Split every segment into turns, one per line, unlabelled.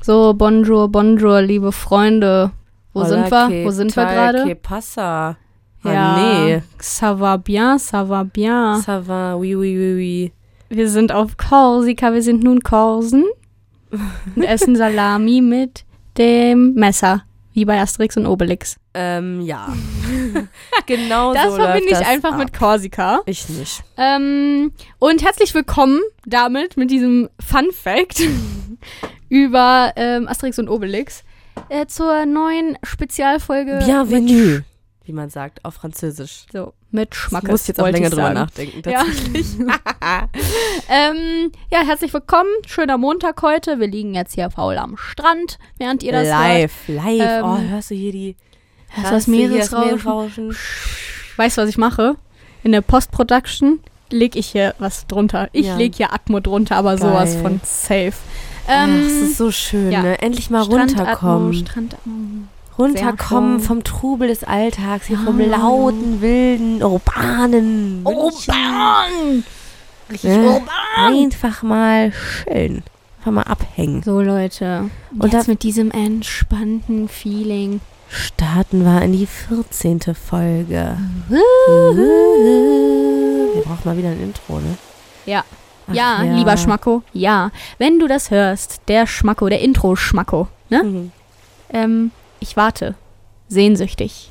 So, bonjour, bonjour, liebe Freunde. Wo
Hola,
sind wir?
que
Wo sind wir
tal,
gerade?
Que pasa? Ah,
Ja, Ah.
nee.
ça va bien, ça va bien.
Ça va, oui, oui, oui, oui.
Wir sind auf Korsika, wir sind nun Korsen und essen Salami mit dem Messer, wie bei Asterix und Obelix.
Ähm, ja. genau
Das
so
verbinde
läuft
ich
das
einfach
ab.
mit Korsika.
Ich nicht.
Ähm, und herzlich willkommen damit mit diesem Fun Fact über ähm, Asterix und Obelix äh, zur neuen Spezialfolge Äh, mit,
Bienvenue, wie man sagt auf Französisch.
Sch- so, mit
Ich
Schmackes.
muss jetzt auch
wollte
länger
ich
drüber
sagen.
nachdenken.
Ja.
tatsächlich.
Ähm, ja, herzlich willkommen. Schöner Montag heute. Wir liegen jetzt hier faul am Strand, während ihr das hört.
live, live.
Ähm,
oh, hörst du hier die...
Hörst du das
hörst du hier
Meeresrauschen?
Meeresrauschen?
Weißt du, was ich mache? In der Post-Production lege ich hier was drunter. Ich
Ja.
lege hier Atmo drunter, aber
Geil.
sowas von safe.
Ach, es ist so schön,
Ähm, ja.
ne? Endlich mal
Strandatmo,
runterkommen.
Strandatmo.
Runterkommen
schön. Ah.
vom Trubel des Alltags, hier vom
Ja.
lauten, wilden, urbanen. München.
Urban! Richtig
Äh.
urban!
Einfach mal chillen. Einfach mal abhängen.
So, Leute. Und
Und
jetzt
da-
mit diesem entspannten Feeling.
Starten wir in die 14. Folge. Wir brauchen mal wieder ein Intro, ne?
Ja.
Ach
ja, lieber Schmacko, ja. Wenn du das hörst, der Schmacko, der Intro-Schmacko, ne?
Mhm.
Ähm, ich warte. Sehnsüchtig.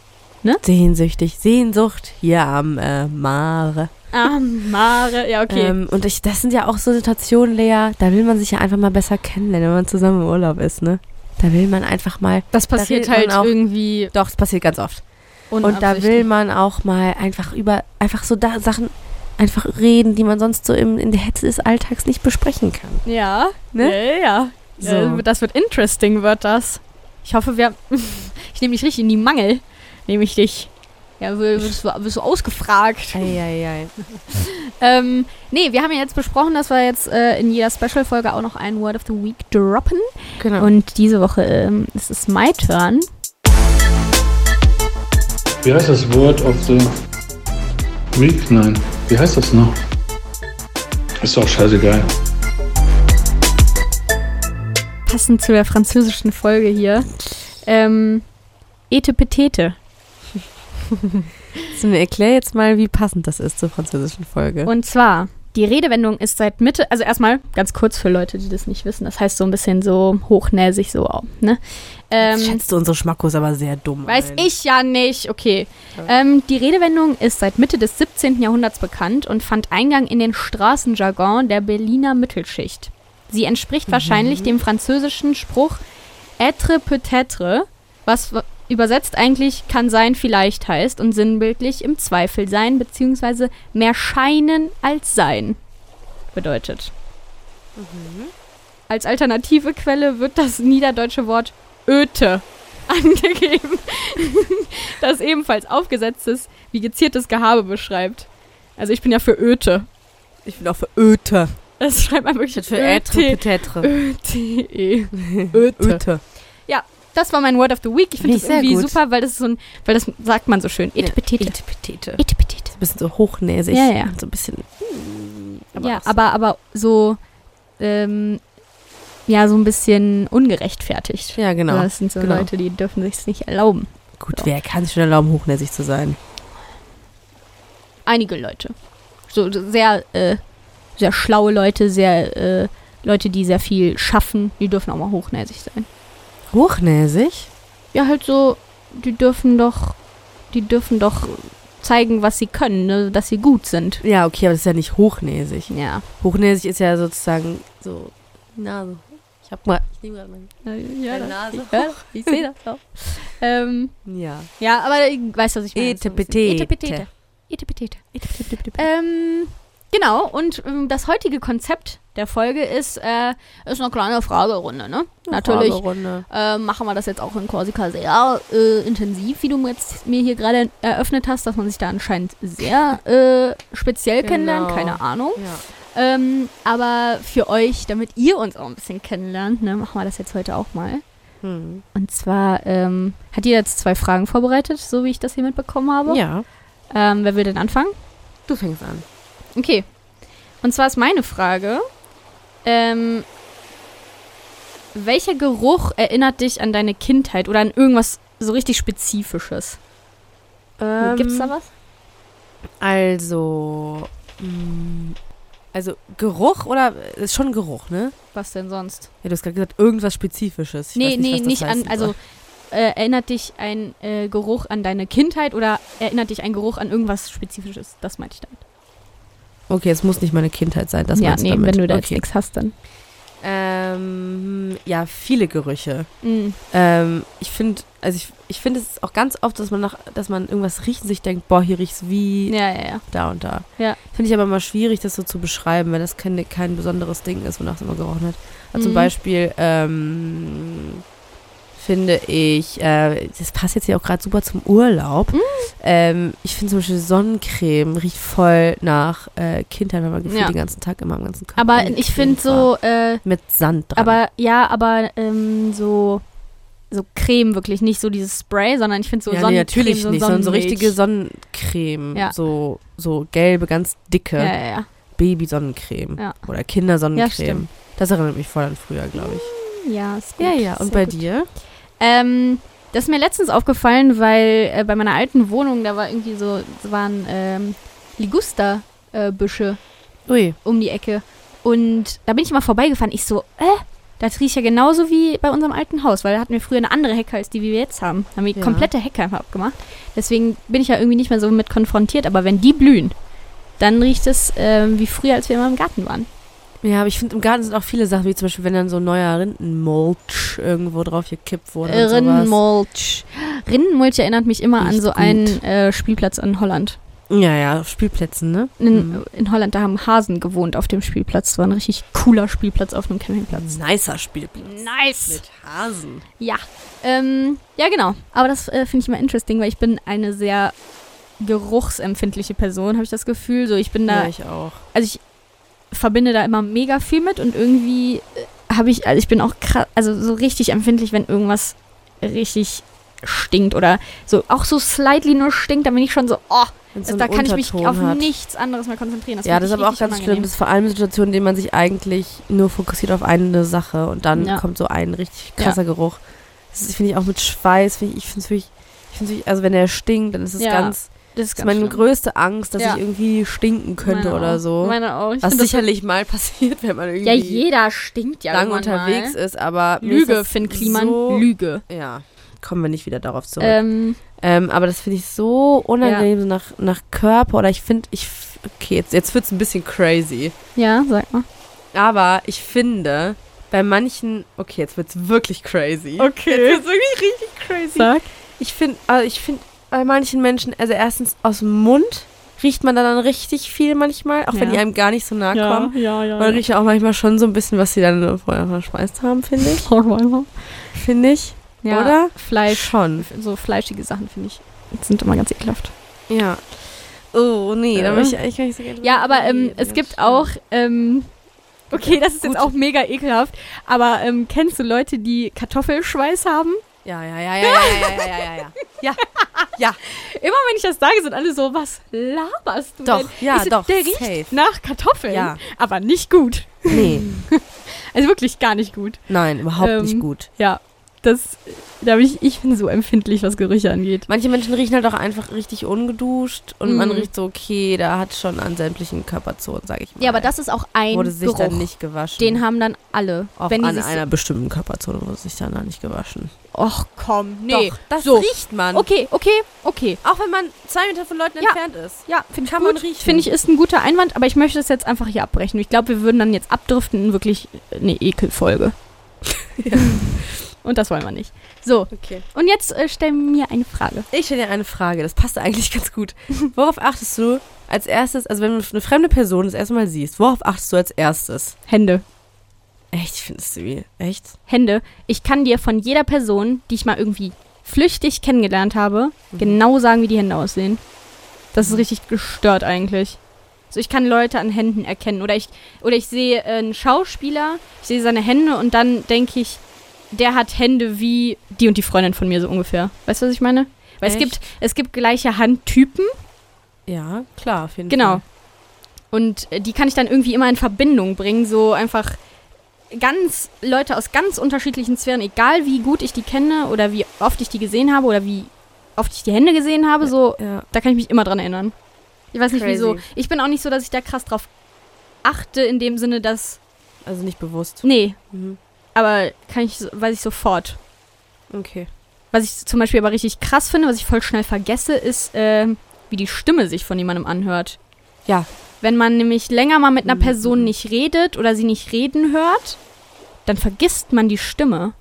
Sehnsüchtig, Sehnsucht hier am äh, Mare.
Ah, Mare. Ja,
Ähm, und ich, das sind ja auch so Situationen, Lea, da will man sich ja einfach mal besser kennenlernen, wenn man zusammen im Urlaub ist, ne? Da will man einfach mal.
das
da
passiert
redet
halt
man auch-
irgendwie
Doch, es passiert ganz oft. Und da
unabsichtlich.
will man auch mal einfach über einfach so da Sachen einfach reden, die man sonst so im, in der Hetze des Alltags nicht besprechen kann.
Ja,
Ne?
ja, ja.
So.
Äh, Das wird interesting, wird das. Ich hoffe, wir. ich nehme dich richtig in die Mangel. Nehme ich dich. Ja, wir- wirst du, wirst du ausgefragt.
Eieiei.
Ähm, nee, wir haben ja jetzt besprochen, dass wir jetzt äh, in jeder Special-Folge auch noch ein Word of the Week droppen.
Genau.
Und diese Woche ähm, ist es My Turn.
Wie heißt das Word of the Week? Nein. Wie heißt das noch? Ist doch scheißegal.
Passend zu der französischen Folge hier. Ähm, Etepetete.
Mir erklär jetzt mal, wie passend das ist zur französischen Folge.
Und zwar, die Redewendung ist seit Mitte, also erstmal ganz kurz für Leute, die das nicht wissen, das heißt so ein bisschen so hochnäsig so, auch, ne? Ähm,
Schätzt du unsere Schmackos aber sehr dumm.
weiß
ein.
ich ja nicht, okay. Ähm, die Redewendung ist seit Mitte des 17. Jahrhunderts bekannt und fand Eingang in den Straßenjargon der Berliner Mittelschicht. Sie entspricht wahrscheinlich dem französischen Spruch être peut-être, was w- übersetzt eigentlich kann sein, vielleicht heißt und sinnbildlich im Zweifel sein bzw. mehr scheinen als sein bedeutet. Als alternative Quelle wird das niederdeutsche Wort Öte angegeben, das ebenfalls aufgesetztes, wie geziertes Gehabe beschreibt. Also ich bin ja für Öte.
Ich bin auch für Öte.
Das schreibt man wirklich
Für Ätre, Petetre.
Öte. Öte. Das war mein Word of the Week. Ich finde
Finde ich
das
sehr
irgendwie
gut.
super, weil das ist so ein, weil das sagt man so schön. Etepetete.
Petete.
Etepetete.
Ein bisschen so hochnäsig.
Ja, ja.
Und So ein bisschen. hm,
Ja,
auch so.
aber, aber so, ähm, ja, so ein bisschen ungerechtfertigt.
Ja, genau.
Das sind so
genau.
Leute, die dürfen sich's nicht erlauben.
Gut,
So.
wer kann sich schon erlauben, hochnäsig zu sein?
einige Leute. So so sehr, äh, sehr schlaue Leute, sehr, äh, Leute, die sehr viel schaffen, die dürfen auch mal hochnäsig sein.
Hochnäsig?
Ja, halt so, die dürfen doch, die dürfen doch zeigen, was sie können, ne? dass sie gut sind.
Ja, okay, aber das ist ja nicht hochnäsig.
Ja.
Hochnäsig ist ja sozusagen so Nase. Ich hab mal. Ich nehme gerade meine
Ja,
meine Nase.
ja, ich sehe das auch. ähm,
Ja.
ja, aber ich weiß, was Also ich meine. so ein bisschen.
Etepetete.
Etepetete. Etepetete. Ähm, genau, und ähm, das heutige Konzept der Folge ist, äh, ist eine kleine Fragerunde, ne? Natürlich
Fragerunde.
äh, machen wir das jetzt auch in Korsika sehr äh, intensiv, wie du mir jetzt mir hier gerade eröffnet hast, dass man sich da anscheinend sehr äh, speziell
Genau.
kennenlernt, keine Ahnung.
Ja.
Ähm, aber für euch, damit ihr uns auch ein bisschen kennenlernt, ne, machen wir das jetzt heute auch mal.
Hm.
Und zwar ähm, hat ihr jetzt zwei Fragen vorbereitet, so wie ich das hier mitbekommen habe.
ja.
Ähm, wer will denn anfangen?
Du fängst an.
Okay. Und zwar ist meine Frage, ähm, Welcher Geruch erinnert dich an deine Kindheit oder an irgendwas so richtig Spezifisches?
Ähm,
Gibt's da was?
Also, mm, also Geruch oder ist schon Geruch, ne?
Was denn sonst?
Ja, du hast gerade gesagt, irgendwas Spezifisches. Ich
nee,
weiß nicht,
nee,
was das
nicht
heißen
an. Also
soll.
äh, erinnert dich ein äh, Geruch an deine Kindheit oder erinnert dich ein Geruch an irgendwas Spezifisches? Das meinte ich damit.
Okay, es muss nicht meine Kindheit sein, das
ja,
meinst
nee,
du damit.
wenn du da jetzt
okay.
nichts hast, dann.
ähm, ja, viele Gerüche.
Mhm.
Ähm, ich finde, also ich, ich finde es ist auch ganz oft, dass man nach, dass man irgendwas riecht und sich denkt, boah, hier riecht's wie
Ja, ja, ja.
da und da.
Ja.
Finde ich aber mal schwierig, das so zu beschreiben, wenn das kein, kein besonderes Ding ist, wonach es immer gerochen hat. Also Zum
Mhm.
Beispiel ähm, finde ich, äh, das passt jetzt ja auch gerade super zum Urlaub.
Mhm.
Ähm, ich finde zum Beispiel Sonnencreme riecht voll nach äh, Kindheit, wenn man gefühlt
Ja.
den ganzen Tag immer am ganzen Körper.
Aber
eine
ich
Creme
finde
war.
so, äh,
mit Sand dran.
aber ja, aber ähm, so so Creme wirklich nicht so dieses Spray, sondern ich finde so
ja, nee,
Sonnencreme,
natürlich
so
nicht, sondern so
Sonnenmilch.
richtige Sonnencreme,
Ja.
so so gelbe, ganz dicke
Ja, ja, ja.
Baby-Sonnencreme
Ja.
oder
Ja,
Kindersonnencreme.
stimmt.
das erinnert mich voll an früher, glaube ich.
Ja, ist gut.
Ja, ja. Und
Sehr
bei
gut.
dir?
Ähm, das ist mir letztens aufgefallen, weil äh, bei meiner alten Wohnung, da war irgendwie so, es waren ähm, äh, Ligusta-Büsche
Ui.
um die Ecke. Und da bin ich mal vorbeigefahren. Ich so, äh, das riecht ja genauso wie bei unserem alten Haus, weil da hatten wir früher eine andere Hecke als die, wie wir jetzt haben. Da haben wir die
Ja.
komplette Hecke einfach abgemacht. Deswegen bin ich ja irgendwie nicht mehr so mit konfrontiert. Aber wenn die blühen, dann riecht es ähm, wie früher, als wir immer im Garten waren.
Ja, aber ich finde, im Garten sind auch viele Sachen, wie zum Beispiel, wenn dann so ein neuer Rindenmulch irgendwo drauf gekippt wurde und sowas.
Rinnenmulch. Rinnenmulch erinnert mich immer an
Riecht
so
gut.
einen äh, Spielplatz in Holland.
Ja, ja, auf Spielplätzen, ne?
In,
Mhm.
in Holland, da haben Hasen gewohnt auf dem Spielplatz. Das war ein richtig cooler Spielplatz auf einem Campingplatz.
Nicer Spielplatz.
Nice!
Mit Hasen.
Ja. Ähm, ja, genau. Aber das äh, finde ich immer interesting, weil ich bin eine sehr geruchsempfindliche Person, habe ich das Gefühl. So, ich bin da,
Ja, ich auch.
also ich verbinde da immer mega viel mit und irgendwie äh, habe ich, also ich bin auch krass, also so richtig empfindlich, wenn irgendwas richtig stinkt oder so, auch so slightly nur stinkt, dann bin ich schon so, oh,
Wenn's
also
so
da
einen
kann ich mich
Unterton
auf
hat.
nichts anderes mehr konzentrieren. Das
ja,
find
das ist
ich
aber auch
richtig
ganz schlimm.
unangenehm.
Das ist vor allem Situationen, in denen man sich eigentlich nur fokussiert auf eine Sache und dann
Ja.
kommt so ein richtig krasser Geruch. Das ist- finde ich auch mit Schweiß, finde ich, ich finde es wirklich, ich finde wirklich, also wenn der stinkt, dann ist es
Ja,
ganz,
Das ist
das ist
ganz
meine
schlimm.
größte Angst, dass
Ja.
ich irgendwie stinken könnte
Meine
oder
auch.
so.
Meine auch. Ich
was
find das
sicherlich mal passiert, wenn man irgendwie
Ja, jeder stinkt ja
lang
irgendwann
unterwegs
Mal.
ist, aber mir ist
Lüge,
das
Finn Kliman,
so,
Lüge.
Ja, kommen wir nicht wieder darauf zurück.
Ähm,
Ähm, aber das finde ich so unangenehm, so nach, nach Körper oder ich finde, ich, f- okay, jetzt, jetzt wird es ein bisschen crazy.
ja, sag mal.
Aber ich finde, bei manchen, okay, jetzt wird's wirklich crazy.
Okay.
Jetzt wird's wirklich richtig crazy.
Sag.
Ich finde, also ich finde, bei manchen Menschen, also erstens aus dem Mund riecht man da dann richtig viel manchmal, auch wenn
Ja.
die einem gar nicht so nahe kommen.
ja, ja.
Man riecht ja auch manchmal schon so ein bisschen, was sie dann vorher verschmeißt haben, finde ich. Finde ich.
ja,
Oder?
Fleisch,
Schon.
so fleischige Sachen, finde ich, sind immer ganz ekelhaft.
Ja. Oh, nee, da
Äh.
möchte ich eigentlich gar nicht so gerne.
Ja, aber ähm,
reden.
es gibt auch, ähm, okay, das ist jetzt auch mega ekelhaft, aber ähm, kennst du Leute, die Kartoffelschweiß haben?
Ja, ja, ja, ja, ja, ja, ja, ja, ja. Ja, ja,
Immer wenn ich das sage, sind alle so, was laberst du denn?
doch, ja,
ich so,
doch.
Der riecht
safe.
nach Kartoffeln,
Ja.
aber nicht gut.
Nee.
Also wirklich gar nicht gut.
Nein, überhaupt nicht
Ähm,
gut.
Ja, das, da bin ich, ich bin so empfindlich, was Gerüche angeht.
Manche Menschen riechen halt auch einfach richtig ungeduscht und man
Mhm.
riecht so, okay, da hat schon an sämtlichen Körperzonen, sage ich mal.
Ja, aber das ist auch ein
wurde sich
Geruch.
dann nicht gewaschen.
Den haben dann alle.
auch
wenn die
an
sich
einer bestimmten Körperzone wurde sich dann da nicht gewaschen.
Och komm, nee.
Doch, das
so.
riecht man.
Okay, okay, okay.
Auch wenn man zwei Meter von Leuten
Ja.
entfernt ist.
Ja, finde ich
Kann
gut.
man riechen.
Finde ich ist ein guter Einwand, aber ich möchte es jetzt einfach hier abbrechen. Ich glaube, wir würden dann jetzt abdriften in wirklich äh, eine Ekelfolge. Und das wollen wir nicht. So,
Okay.
und jetzt äh, stell mir eine Frage.
Ich stelle dir eine Frage, das passt eigentlich ganz gut. Worauf achtest du als erstes, also wenn du eine fremde Person das erste Mal siehst, worauf achtest du als erstes?
Hände.
Echt, ich finde es wie, echt?
Hände. Ich kann dir von jeder Person, die ich mal irgendwie flüchtig kennengelernt habe,
Mhm.
genau sagen, wie die Hände aussehen. Das ist richtig gestört eigentlich. So, ich kann Leute an Händen erkennen. Oder ich, oder ich sehe äh, einen Schauspieler, ich sehe seine Hände und dann denke ich, der hat Hände wie die und die Freundin von mir so ungefähr. Weißt du, was ich meine? Weil es
Echt?
gibt, es gibt gleiche Handtypen,
Ja, klar, auf jeden
genau.
Fall.
Und äh, die kann ich dann irgendwie immer in Verbindung bringen, so einfach ganz Leute aus ganz unterschiedlichen Sphären, egal wie gut ich die kenne oder wie oft ich die gesehen habe oder wie oft ich die Hände gesehen habe, so
Ja.
da kann ich mich immer dran erinnern. Ich weiß nicht
Crazy.
wieso. Ich bin auch nicht so, dass ich da krass drauf achte in dem Sinne, dass
Also nicht bewusst.
nee,
Mhm.
aber kann ich so- weiß ich sofort.
Okay.
Was ich zum Beispiel aber richtig krass finde, was ich voll schnell vergesse, ist, ähm, wie die Stimme sich von jemandem anhört.
Ja.
Wenn man nämlich länger mal mit einer
Mhm.
Person nicht redet oder sie nicht reden hört, dann vergisst man die Stimme.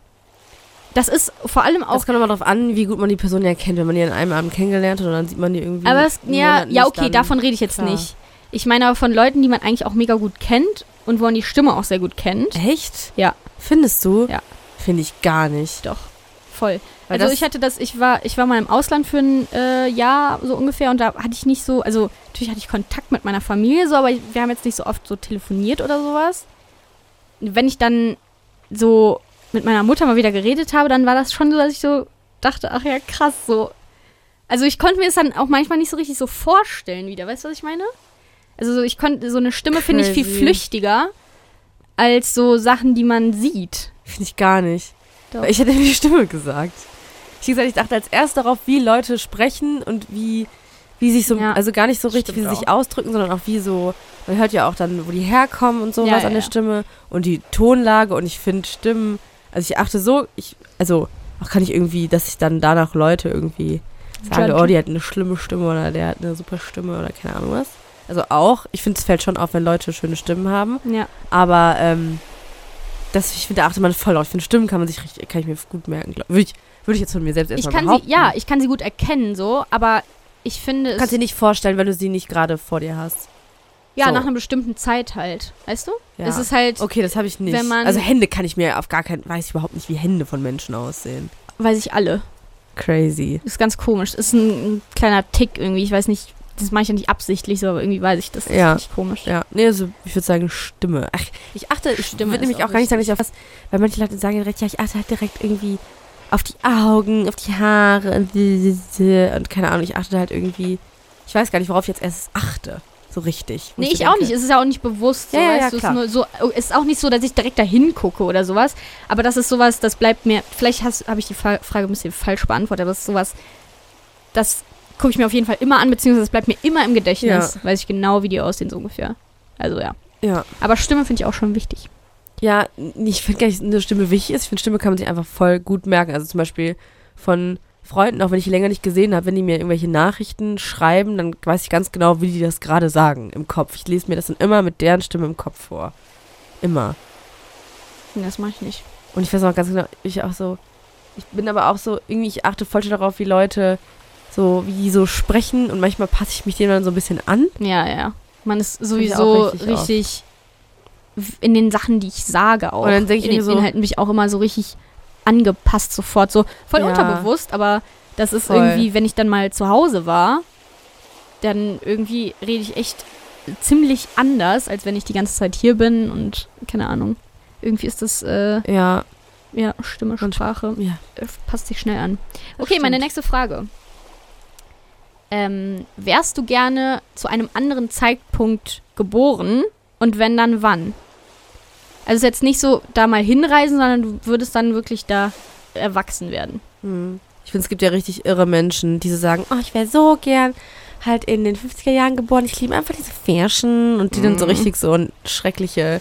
Das ist vor allem auch.
Es kommt immer darauf an, wie gut man die Person ja kennt. Wenn man die an einem Abend kennengelernt hat und dann sieht man die irgendwie.
aber es,
einen
ja,
Monat nicht,
ja, okay,
dann-
davon rede ich jetzt
klar.
nicht. Ich meine aber von Leuten, die man eigentlich auch mega gut kennt und wo man die Stimme auch sehr gut kennt.
Echt?
Ja.
Findest du?
Ja.
Finde ich gar nicht.
Doch, voll.
Weil
also
das-
ich hatte das, ich war, ich war mal im Ausland für ein äh, Jahr so ungefähr und da hatte ich nicht so, also natürlich hatte ich Kontakt mit meiner Familie so, aber wir haben jetzt nicht so oft so telefoniert oder sowas. Wenn ich dann so mit meiner Mutter mal wieder geredet habe, dann war das schon so, dass ich so dachte, ach ja, krass, so. Also ich konnte mir es dann auch manchmal nicht so richtig so vorstellen wieder, weißt du, was ich meine? Also so, ich konnte, so eine Stimme finde ich viel
Crazy.
flüchtiger als so Sachen, die man sieht.
Finde ich gar nicht.
Doch.
Weil Ich hätte die Stimme gesagt. Ich wie gesagt, ich dachte als erst darauf, wie Leute sprechen und wie, wie sich so,
Ja,
also gar nicht so richtig, wie sie
stimmt
sich ausdrücken, sondern auch wie so, man hört ja auch dann, wo die herkommen und sowas
Ja, ja,
an der
ja.
Stimme und die Tonlage und ich finde Stimmen, also ich achte so, ich, also auch kann ich irgendwie, dass ich dann danach Leute irgendwie sage,
Judgen.
oh, die hat eine schlimme Stimme oder der hat eine super Stimme oder keine Ahnung was. Also auch, ich finde, es fällt schon auf, wenn Leute schöne Stimmen haben.
Ja.
Aber ähm, das, ich finde, da achtet man voll auf. Ich finde, Stimmen kann man sich richtig, kann ich mir gut merken. glaub- Würde ich, würde ich jetzt von mir selbst
Ich
erstmal
kann sie,
behaupten.
ja, ich kann sie gut erkennen, so, aber ich finde
Du
es.
kannst dir nicht vorstellen, wenn du sie nicht gerade vor dir hast.
ja,
so.
nach einer bestimmten Zeit halt. Weißt du?
Ja.
Es ist halt,
okay, das habe ich nicht.
wenn man-
also Hände kann ich mir auf gar keinen, weiß ich überhaupt nicht, wie Hände von Menschen aussehen.
weiß ich alle.
Crazy.
Ist ganz komisch. Ist ein, ein kleiner Tick irgendwie. Ich weiß nicht, das mache ich ja nicht absichtlich so, aber irgendwie weiß ich das. Das
Ja.
ist nicht komisch.
Ja, nee, also ich würde sagen Stimme. Ach, ich achte, ich
Stimme
würde
ist
nämlich
auch
auch gar nicht sagen, dass ich auf was, weil manche Leute sagen ja direkt, ja, ich achte halt direkt irgendwie auf die Augen, auf die Haare und, und keine Ahnung, ich achte halt irgendwie, ich weiß gar nicht, worauf ich jetzt erst achte, so richtig. wo
Nee,
so
ich auch
denke,
nicht. Es ist ja auch nicht bewusst. So,
Ja, ja,
weißt
ja,
du, es
klar.
ist, nur so, oh, es ist auch nicht so, dass ich direkt dahin gucke oder sowas. Aber das ist sowas, das bleibt mir. Vielleicht habe ich die Fa Frage ein bisschen falsch beantwortet, aber das ist sowas, das gucke ich mir auf jeden Fall immer an, beziehungsweise es bleibt mir immer im Gedächtnis. Weiß ich genau, wie die aussehen, so ungefähr. Also ja.
Ja,
Aber Stimme finde ich auch schon wichtig.
ja n- ich finde gar nicht, dass eine Stimme wichtig ist. Ich finde, Stimme kann man sich einfach voll gut merken. Also zum Beispiel von Freunden, auch wenn ich die länger nicht gesehen habe, wenn die mir irgendwelche Nachrichten schreiben, dann weiß ich ganz genau, wie die das gerade sagen im Kopf. Ich lese mir das dann immer mit deren Stimme im Kopf vor. Immer.
Nee, Das mache ich nicht.
Und ich weiß auch ganz genau, ich auch so, ich bin aber auch so, irgendwie, ich achte voll schon darauf, wie Leute so, wie die so sprechen und manchmal passe ich mich denen dann so ein bisschen an.
Ja, ja. Man ist
ich auch
sowieso
richtig
richtig, w- in den Sachen, die ich sage auch.
Und dann denk ich
in den
mir so-
Inhalten bin halt ich auch immer so richtig angepasst sofort. So voll
Ja.
unterbewusst, aber das ist
Voll.
irgendwie, wenn ich dann mal zu Hause war, dann irgendwie rede ich echt ziemlich anders, als wenn ich die ganze Zeit hier bin und keine Ahnung. Irgendwie ist das, äh,
Ja,
ja, Stimme,
Und-
Sprache.
ja.
Äh, passt sich schnell an.
Das
Okay, meine
stimmt.
nächste Frage. Ähm, wärst du gerne zu einem anderen Zeitpunkt geboren und wenn dann wann? Also es ist jetzt nicht so da mal hinreisen, sondern du würdest dann wirklich da erwachsen werden.
Hm. Ich finde, es gibt ja richtig irre Menschen, die so sagen, oh, ich wäre so gern halt in den 50er Jahren geboren, ich liebe einfach diese Fashion und die dann so
Mm.
richtig so ein schreckliche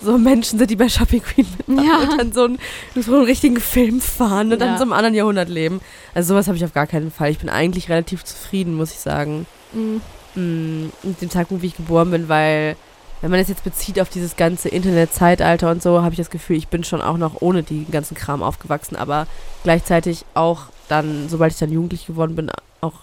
so Menschen sind, die bei Shopping Queen mitmachen
Ja.
und dann so einen, so einen richtigen Film fahren und
Ja.
dann so einem anderen Jahrhundert leben. Also sowas habe ich auf gar keinen Fall. Ich bin eigentlich relativ zufrieden, muss ich sagen.
Mhm.
mh, mit mm, dem Zeitpunkt, wie ich geboren bin, weil wenn man das jetzt bezieht auf dieses ganze Internet-Zeitalter und so, habe ich das Gefühl, ich bin schon auch noch ohne den ganzen Kram aufgewachsen, aber gleichzeitig auch dann, sobald ich dann jugendlich geworden bin, auch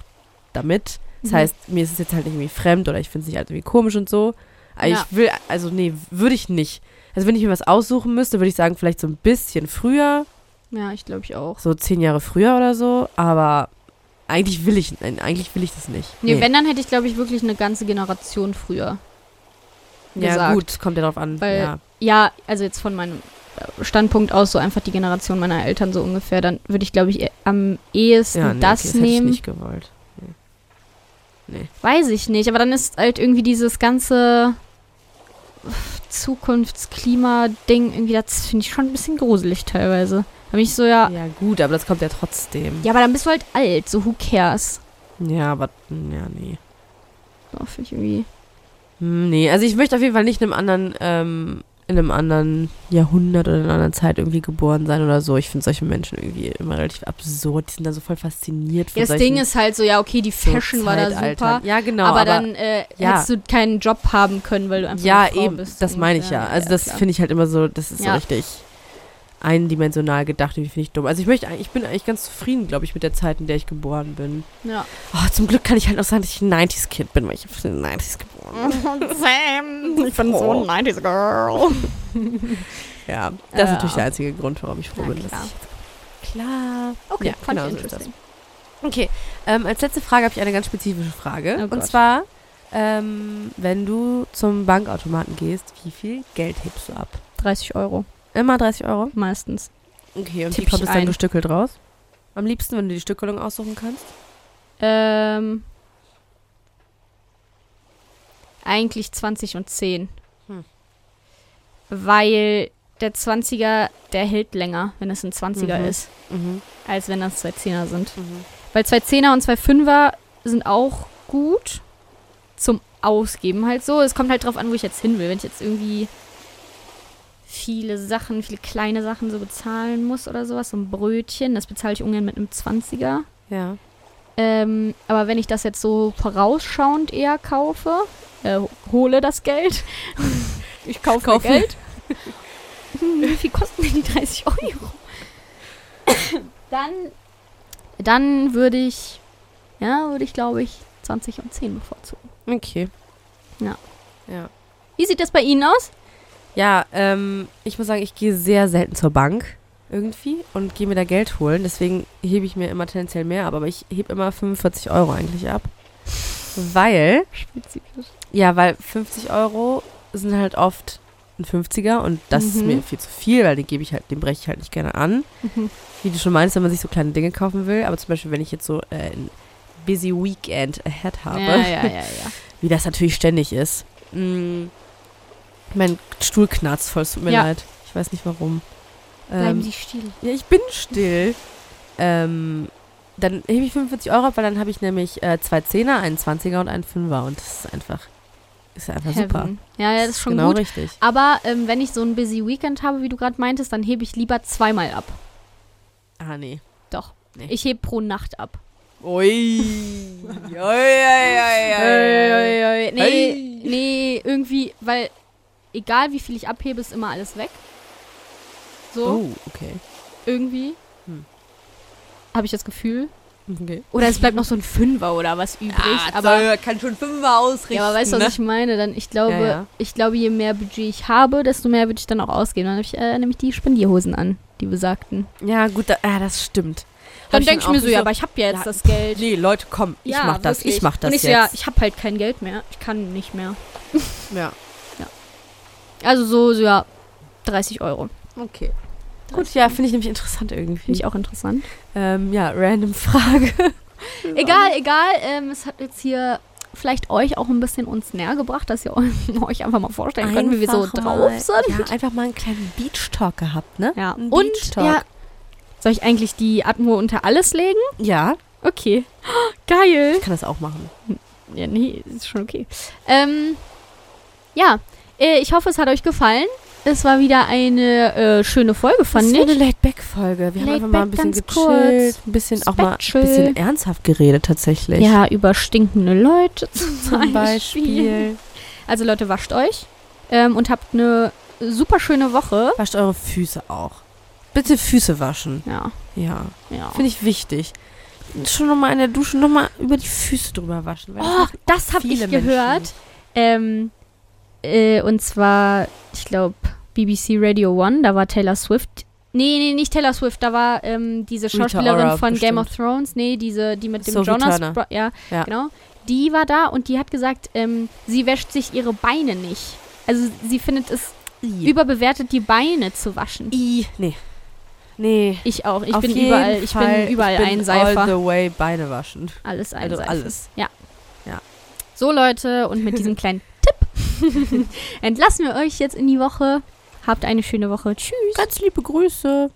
damit. Das
Mhm.
heißt, mir ist es jetzt halt nicht irgendwie fremd oder ich finde es nicht halt irgendwie komisch und so. Aber
Ja.
Ich will, also nee, würde ich nicht. Also wenn ich mir was aussuchen müsste, würde ich sagen, vielleicht so ein bisschen früher,
Ja, ich glaube ich auch.
so zehn Jahre früher oder so, aber eigentlich will ich, nein, eigentlich will ich das nicht.
Nee, wenn dann hätte ich glaube ich wirklich eine ganze Generation früher.
ja
gesagt.
gut, kommt ja drauf an.
Weil-
ja.
Ja, also jetzt von meinem äh, Standpunkt aus so einfach die Generation meiner Eltern so ungefähr, dann würde ich glaube ich eh- am ehesten
Ja, nee,
das
okay, hätte
nehmen.
Ich nicht gewollt.
Weiß ich nicht, aber dann ist halt irgendwie dieses ganze Zukunftsklima-Ding irgendwie, das finde ich schon ein bisschen gruselig teilweise. Da bin ich so, ja,
Ja, gut, aber das kommt ja trotzdem.
Ah. ja, aber dann bist du halt alt, so who cares?
Ja, aber, ja, nee.
So, finde ich irgendwie.
Hm, Nee, also ich möchte auf jeden Fall nicht in einem anderen, ähm, in einem anderen Jahrhundert oder in einer anderen Zeit irgendwie geboren sein oder so. Ich finde solche Menschen irgendwie immer relativ absurd. Die sind da so voll fasziniert von
Ja, das
solchen
Ding ist halt so, ja, okay, die
so
Fashion war da super.
Zeitaltern. Ja, genau.
aber, dann äh,
ja.
hättest du keinen Job haben können, weil du einfach
ja,
eine Frau
eben,
bist.
das
Und,
meine ich ja. Also das
klar.
finde ich halt immer so, das ist so
Ja.
richtig eindimensional gedacht und die finde ich dumm. Also ich möchte, eigentlich- ich bin eigentlich ganz zufrieden, glaube ich, mit der Zeit, in der ich geboren bin.
Ja.
Oh, zum Glück kann ich halt auch sagen, dass ich ein 90s-Kind bin, weil ich auf den 90s geboren bin.
Sam, ich bin
so ein
90s Girl.
Ja, das ist
Ja.
natürlich der einzige Grund, warum ich froh
Na
bin. dass
klar.
ich- klar.
Okay,
Ja,
fand
genau
ich
so ist das.
interesting.
Okay, ähm, als letzte Frage habe ich eine ganz spezifische Frage.
Oh
und
Gott.
zwar, ähm, wenn du zum Bankautomaten gehst, wie viel Geld hebst du ab?
30 Euro,
Immer 30 Euro?
meistens.
Okay, und
Tipp
wie kommt
ich
es dann
ein.
gestückelt raus? Am liebsten, wenn du die Stückelung aussuchen kannst.
Ähm, eigentlich 20 und 10.
Hm.
Weil der 20er, der hält länger, wenn es ein 20er
Mhm.
ist,
Mhm,
als wenn das zwei 10er sind.
mhm.
Weil zwei Zehner und zwei Fünfer sind auch gut zum Ausgeben halt so. Es kommt halt drauf an, wo ich jetzt hin will. Wenn ich jetzt irgendwie viele Sachen, viele kleine Sachen so bezahlen muss oder sowas, so ein Brötchen, das bezahle ich ungern mit einem 20er.
Ja.
Ähm, aber wenn ich das jetzt so vorausschauend eher kaufe, äh, hole das Geld. Ich kaufe
Kaufen.
mir Geld. Hm, wie viel kosten denn die 30 Euro? dann, dann würde ich, ja, würde ich glaube ich 20 und 10 bevorzugen.
Okay.
Ja.
Ja.
Wie sieht das bei Ihnen aus?
Ja, ähm, ich muss sagen, ich gehe sehr selten zur Bank irgendwie und gehe mir da Geld holen. Deswegen hebe ich mir immer tendenziell mehr ab, aber ich hebe immer 45 Euro eigentlich ab. Weil
Spezifisch.
Ja, weil 50 Euro sind halt oft ein 50er und das ist
Mhm.
mir viel zu viel, weil den gebe ich halt, den breche ich halt nicht gerne an.
Mhm.
Wie du schon meinst, wenn man sich so kleine Dinge kaufen will, aber zum Beispiel, wenn ich jetzt so äh, ein busy weekend ahead habe,
Ja, ja, ja, ja.
wie das natürlich ständig ist. Mm, mein Stuhl knarzt voll, es tut mir
Ja.
leid. Ich weiß nicht warum.
Bleiben
Ähm,
Sie still.
ja, ich bin still. ähm, dann hebe ich 45 Euro ab, weil dann habe ich nämlich äh, zwei Zehner, einen 20er und einen Fünfer und das ist einfach, ist einfach super.
Heaven. Ja, ja, das ist schon
genau
gut.
richtig.
Aber ähm, wenn ich so ein busy Weekend habe, wie du gerade meintest, dann hebe ich lieber zweimal ab.
Ah, nee.
Doch.
Nee.
Ich hebe pro Nacht ab.
Ui. Ui, ui, ui, ui.
Uiuiui.
Hey.
Nee, nee, irgendwie, weil egal wie viel ich abhebe, ist immer alles weg. So,
Oh, okay.
irgendwie.
Hm.
Habe ich das Gefühl.
okay.
Oder es bleibt noch so ein Fünfer oder was übrig.
Ah,
aber,
kann schon fünfmal
Ah,
ausrichten. ne?
ja, aber weißt du, was ich meine? Dann, ich glaube,
Ja, ja.
ich glaube, je mehr Budget ich habe, desto mehr würde ich dann auch ausgeben. Dann habe ich äh, nämlich die Spendierhosen an, die besagten.
Ja, gut, da, ah, das stimmt. Hab
Dann
dann
denke ich mir
auch
so, ja, aber ich habe ja jetzt
Ja,
das Geld.
Nee, Leute, komm, ich
ja,
mach das,
wirklich.
ich mach das
Und ich so, ja,
jetzt.
ich habe halt kein Geld mehr. Ich kann nicht mehr.
ja.
Also so, so ja, 30 Euro.
okay. Gut, ja, finde ich nämlich interessant irgendwie.
Finde ich auch interessant.
Ähm, ja, random Frage.
Egal, egal. Ähm, es hat jetzt hier vielleicht euch auch ein bisschen uns näher gebracht, dass ihr euch einfach mal vorstellen könnt, wie wir so
Einfach
drauf sind.
Ja, einfach mal einen kleinen Beach Talk gehabt, ne?
Ja,
Ein
und
Beach
ja,
Talk.
soll ich eigentlich die Atmo unter alles legen?
Ja.
Okay. Geil.
ich kann das auch machen.
Ja, nee, ist schon okay. Ähm, ja, äh, ich hoffe, es hat euch gefallen. Es war wieder eine äh, schöne Folge, fand
das
ich.
war eine Laid-Back-Folge. Wir haben einfach mal ein bisschen
Laid-back, ganz
gechillt, ein bisschen auch mal ein
Spectchill.
bisschen ernsthaft geredet tatsächlich.
Ja, über stinkende Leute zum,
Zum Beispiel.
Also Leute, wascht euch ähm, und habt eine super schöne Woche.
Wascht eure Füße auch. Bitte Füße waschen.
Ja,
Ja,
ja.
finde ich wichtig. Schon nochmal in der Dusche nochmal über die Füße drüber waschen. Weil
Oh, das habe ich
viele
gehört. Ähm, äh, und zwar, ich glaube, BBC Radio One, da war Taylor Swift. Nee, nee, nicht Taylor Swift, da war ähm, diese
Rita
Schauspielerin
Ora
von Game
bestimmt.
of Thrones. Nee, diese, die mit dem
Sophie
Jonas.
Turner.
Bro- Ja,
Ja.
genau. Die war da und die hat gesagt, ähm, sie wäscht sich ihre Beine nicht. Also sie findet es
Menschen.
überbewertet, die Beine zu waschen.
I. Nee. Nee.
Ich auch. Ich
Auf
bin
jeden
überall, ich
Fall,
bin überall
ich bin
ein
All
Seifer.
the way Beine waschen.
Alles ein
Also
Seifer.
alles.
Ja.
Ja.
So Leute und mit diesem kleinen Tipp entlassen wir euch jetzt in die Woche. Habt eine schöne Woche. Tschüss.
Ganz liebe Grüße.